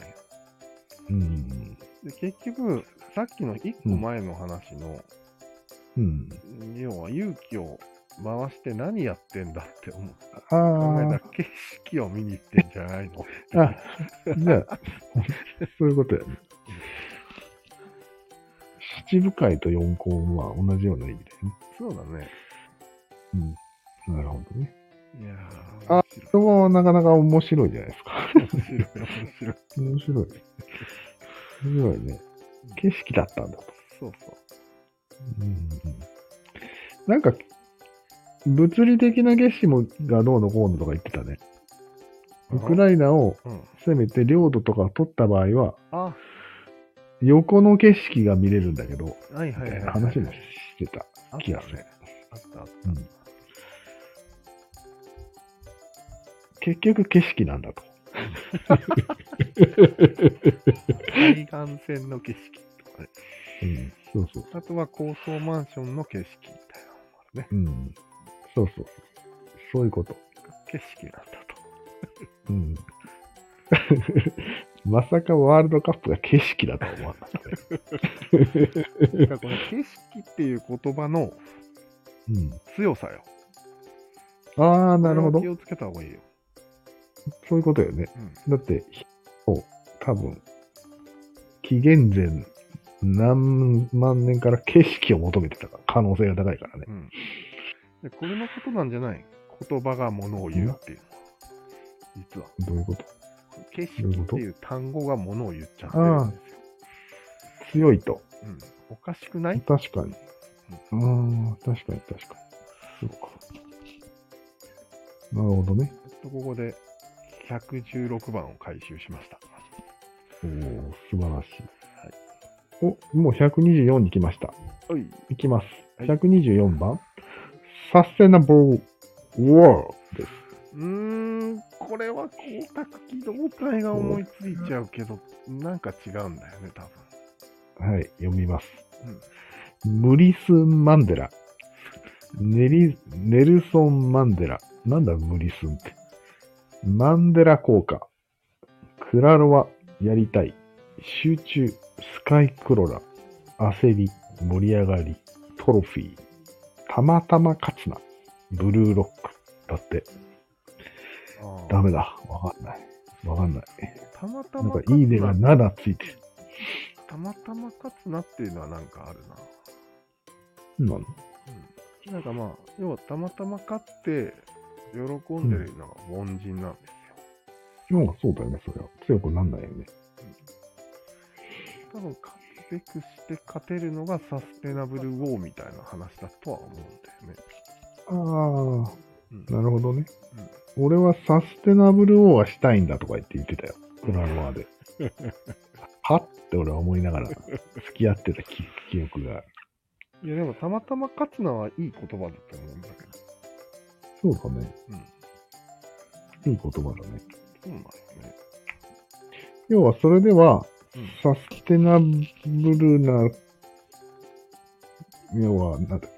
うん。
で結局、さっきの1個前の話の、
うん。
要は勇気を回して何やってんだって思う。考えた
あ
ら景色を見に行ってんじゃないの
あ、あ、じゃあ、そういうことやね。七部会と四校は同じような意味だよね。
そうだね。
うん。なるほどね。
いやー、
あ
面白い。
そこはなかなか面白いじゃないですか。
面白い、面白い。
面白い。面白いね。景色だったんだと。
そうそう。
なんか、物理的な景色もがどうのこうのとか言ってたね。ウクライナを
うん。
攻めて領土とかを取った場合は、
あ、
横の景色が見れるんだけど、
はいはいはい、はい。
話もしてた
あっ
気が
た
する
ね。。あったあっ
うん結局景色なんだと。
た。うん海岸線の景色とかね。
うん、そうそう
あとは高層マンションの景色みたいなのもあるね。
そう。うん。そうそうそう。そういうこと。
景色なんだと。
うん。 まさかワールドカップが景色だとは思わなかったね。
だからこの景色っていう言葉の
うん。
強さよ。
ああ、なるほど
これ。は気をつけた方がいいよ。
そういうことよね。
うん
だって、ひそう多分、紀元前何万年から景色を求めてた可能性が高いからね。
うん、でこれのことなんじゃない言葉がものを言うっていうのは。実は。
どういうこと
景色っていう単語がものを言っちゃってるんですよ。
強いと。
うん、おかしくない
確かに。ああ、確かに確かに。そうか。なるほどね。
とここで116番を回収しました。
おお、素晴らしい。お、もう124に来ました。
はい。
いきます。
はい
124番。サステナブルワールです。
うーん、これは光沢機動隊が思いついちゃうけど、なんか違うんだよね、多分。
はい、読みます。ムリス・マンデラ。ネリ、ネルソン・マンデラ。なんだ、ムリスンって。マンデラ効果。クラロワ、やりたい。集中、スカイクロラ。焦り、盛り上がり、トロフィー。たまたま勝つな。ブルーロック。だって、
あー
ダメだ。わかんない。わかんない。
たまた
なん
ま
か
勝、つ
いいねが
な。
7ついてる。
たまたま勝つなっていうのはなんかあるな。
なんだ
うん、なんかまあ、要はたまたま勝って、喜んでるのが凡人なんですよ。
なんかそうだよね、それは。強くなんないよね。
多分、勝つべくして勝てるのがサステナブルウォーみたいな話だとは思うんだよね。
ああ。
うん
なるほどね。俺はサステナブル王はしたいんだとか言って言ってたよ。クラロワで。はって俺は思いながら付き合ってた記記憶がある。
いや、でもたまたま勝つのはいい言葉だと思うんだけど。
そうだね。
うん。
いい言葉だね。
そうなんよね。
要はそれでは
うん、
サステナブルな、要は、なんだ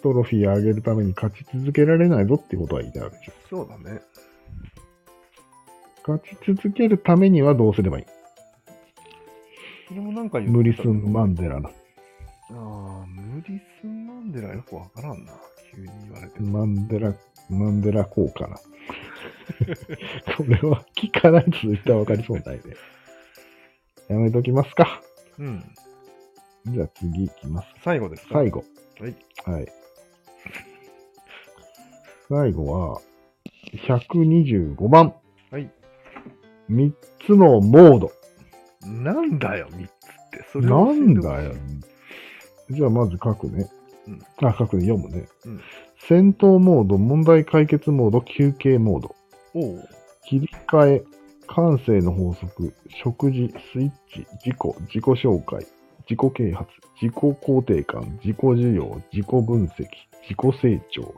トロフィーを上げるために勝ち続けられないぞってことは言いたいわけでしょ。
そうだね。
勝ち続けるためにはどうすればいい
それもなんか言
無理
た
すんマンデラだ。
ああ、無理すんマンデラよくわからんな。急に言われても。
マンデラ、マンデラ効果な。これは聞かないと絶対わかりそうないね。やめときますか。
うん。
じゃあ次行きます。
最後ですか
最後。
はい。
はい。最後は、125番。
はい。
3つのモード。
なんだよ、3つって。それを教
な
えて
ん
ほしい
だよ。。じゃあまず書くね。
うん
あ、書くね。読むね。
うん
戦闘モード、問題解決モード、休憩モード。
おう。
切り替え、感性の法則、食事、スイッチ、自己、自己紹介、自己啓発、自己肯定感、自己需要、自己分析、自己成長、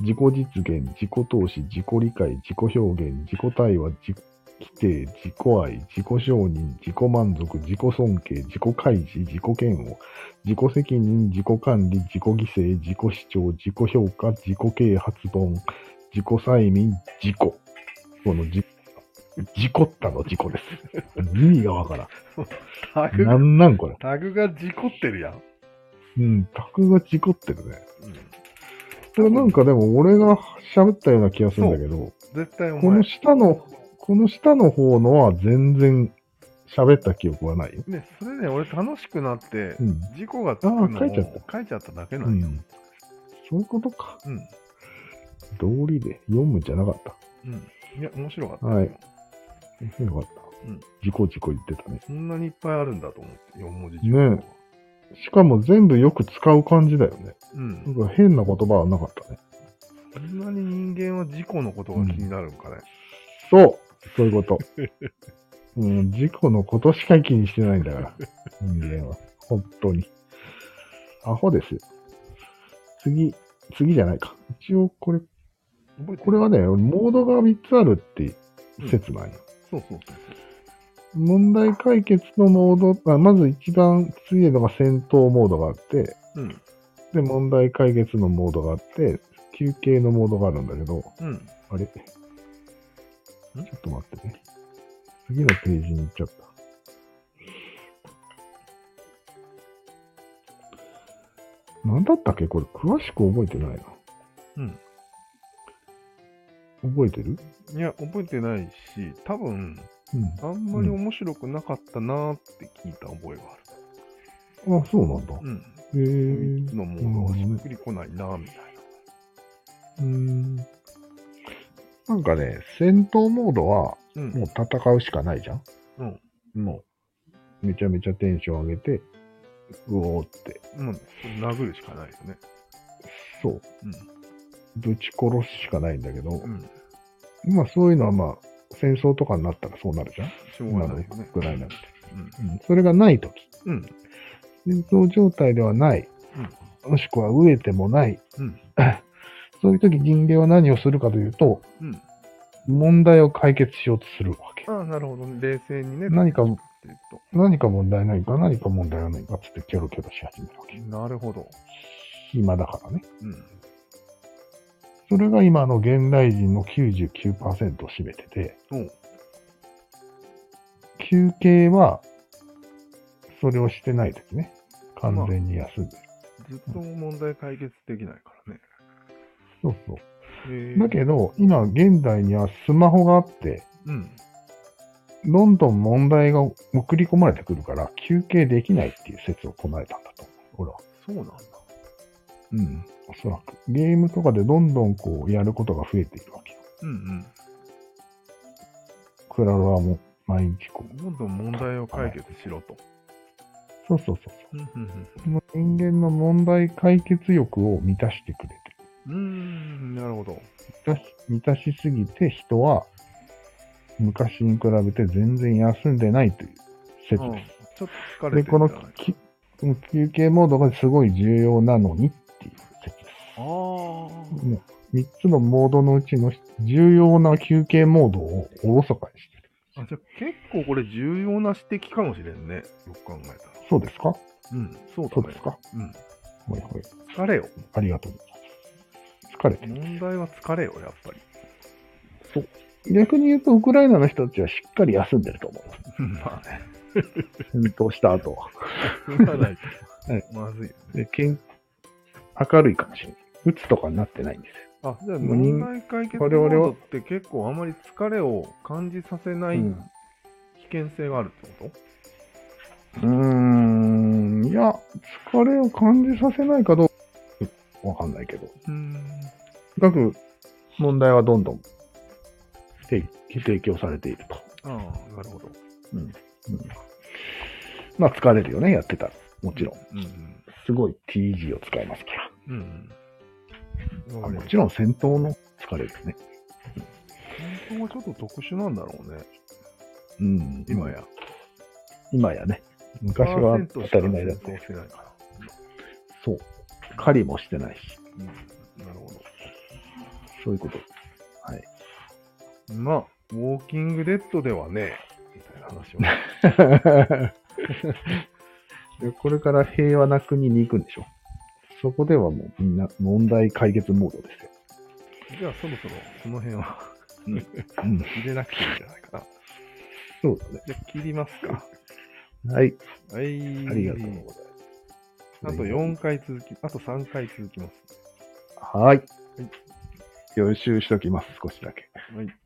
自己実現、自己投資、自己理解、自己表現、自己対話、自己規定、自己愛、自己承認、自己満足、自己尊敬、自己開示、自己嫌悪、自己責任、自己管理、自己犠牲、自己主張、自己評価、自己啓発本、自己催眠、自己。このじ、事故ったの事故です。意味がわからん。
タグ
な
が、
んなんこれ。
タグが事故ってるやん。
うん、タクが事故ってるね。
うん。
これなんかでも俺が喋ったような気がするんだけど、
絶対お前。
この下の、この下の方のは全然喋った記憶はないよ。
ね、それね、俺楽しくなって
う、ん。
事故がつくのを
あー書いちゃった
書いちゃっただけな
うん
よ。
ん。そういうことか。
うん。
道理で読むんじゃなかった。
うん。いや、面白かった。
はい面白かった。
うん
事故事故言ってたね。
そんなにいっぱいあるんだと思って、4文字
ねしかも全部よく使う感じだよね。
うん
なん。か変な言葉はなかったね。
そんなに人間は事故のことが気になるんかね。
そう、そういうこと。 うん、事故のことしか気にしてないんだから、人間は。本当に。アホですよ。次、次じゃないか。一応これ、
覚えてる
これはね、モードが3つあるって説なんよ。
そうそうそう。
問題解決のモード、あまず一番強いのが戦闘モードがあって、
うん。
で、問題解決のモードがあって、休憩のモードがあるんだけど、
うん。
あれちょっと待ってね。次のページに行っちゃった。なんだったっけこれ、詳しく覚えてないな。
うん。
覚えてる
いや、覚えてないし、多分、
うん。
あんまり面白くなかったなーって聞いた覚えがある。
あ、そうなんだ。
うん。
へ
3
え
つ。のものがしっくりこないなーみたい
うん。なんかね、戦闘モードは、
な。うん。
もう戦うしかないじゃん
うん。
もう、めちゃめちゃテンション上げて、うおーって。
もう殴るしかないよね。
そう。ぶち殺すしかないんだけど、
うん。うん。
今そういうのはまあ、戦争とかになったらそうなるじゃん
しょう
今
が
の
な
ウ
いよね。
クライナって。
うん。
うん、それがないとき。
うん。
戦争状態ではない。もしくは飢えてもない。
うん。
そういうとき人間は何をするかというと、
うん。
問題を解決しようとするわけ。
ああ、なるほどね。冷静にね。
何か
どっちっていう
何か問題ないか、何か問題がないかっつってキョロキョロし始めるわけ。
と。なるほど。
暇だからね。
うん。
それが今の現代人の99%を占めてて、
そう。
休憩は、それをしてないときね。完全に休んでる。
ずっと問題解決できないからね。
そうそう。
へー
だけど、今、現代にはスマホがあって、
うん。
どんどん問題が送り込まれてくるから、休憩できないっていう説を唱えたんだと思う。俺は。
そうなんだ。
うん。おそらく。ゲームとかでどんどんこう、やることが増えているわけよ。
うん
クラロワも毎日こ
う
う。
ん。どんどん問題を解決しろと。
そうそうそう
うんうん
そう。もう人間の問題解決欲を満たしてくれて
うん。うーん、なるほど。
る。満たし、満たしすぎて人は、昔に比べて全然休んでないという説
うん
です。
ちょっと疲れ
で、
てる
こ
ん
の
じゃない
きこの休憩モードがすごい重要なのにっていう説で
ああ。
す。もう3つのモードのうちの重要な休憩モードをおろそかにしてる。
あじゃあ結構これ重要な指摘かもしれんね。よく考えたら。
そうですか
うん、そうだ
そう
ね。
ですか
うん。
ほいほい。
疲れよ。
ありがとうございます。疲れてる。
問題は疲れよ、やっぱり。
逆に言うと、ウクライナの人たちはしっかり休んでると思う。
まあね。
戦闘した後 は。
踏まないと。
はい
まずいよね。
でけん明るいかもしれない。鬱とかになってないんですよ。
あ、じゃあ
もう人
問題解決モ
我々は
ードって結構あまり疲れを感じさせない危険性があるってこと、
うん。うーん。いや、疲れを感じさせないかどうか、わかんないけど。
うーん。
各問題はどんどん提提供されていると。
ああ、なるほど。
まあ疲れるよね、やってたら。もちろん。
うん。
すごい TG を使いますか
うん。うん。わか
ら。
りま
も
す
ちろん戦闘の疲れですね。
戦争はちょっと特殊なんだろうね。
うん、
今。や。
今やね。昔は当たり前だっ
戦
た
闘。してないから。
そう。狩りもしてないし。
うん。なるほ
そういうこと。
ど。まあ、ウォーキングデッドではね、みたいな話を。
でこれから平和な国に行くんでしょ。そこではもうみんな問題解決モードですよ。
じゃあそろそろその辺は
うん、
入れなくていいんじゃないかな。
そうだね。
じゃあ切りますか。
はい。
はい。
ありがとうございます。
あと4回続き、あと3回続きます。
はい。予習しときます、少しだけ。
はい。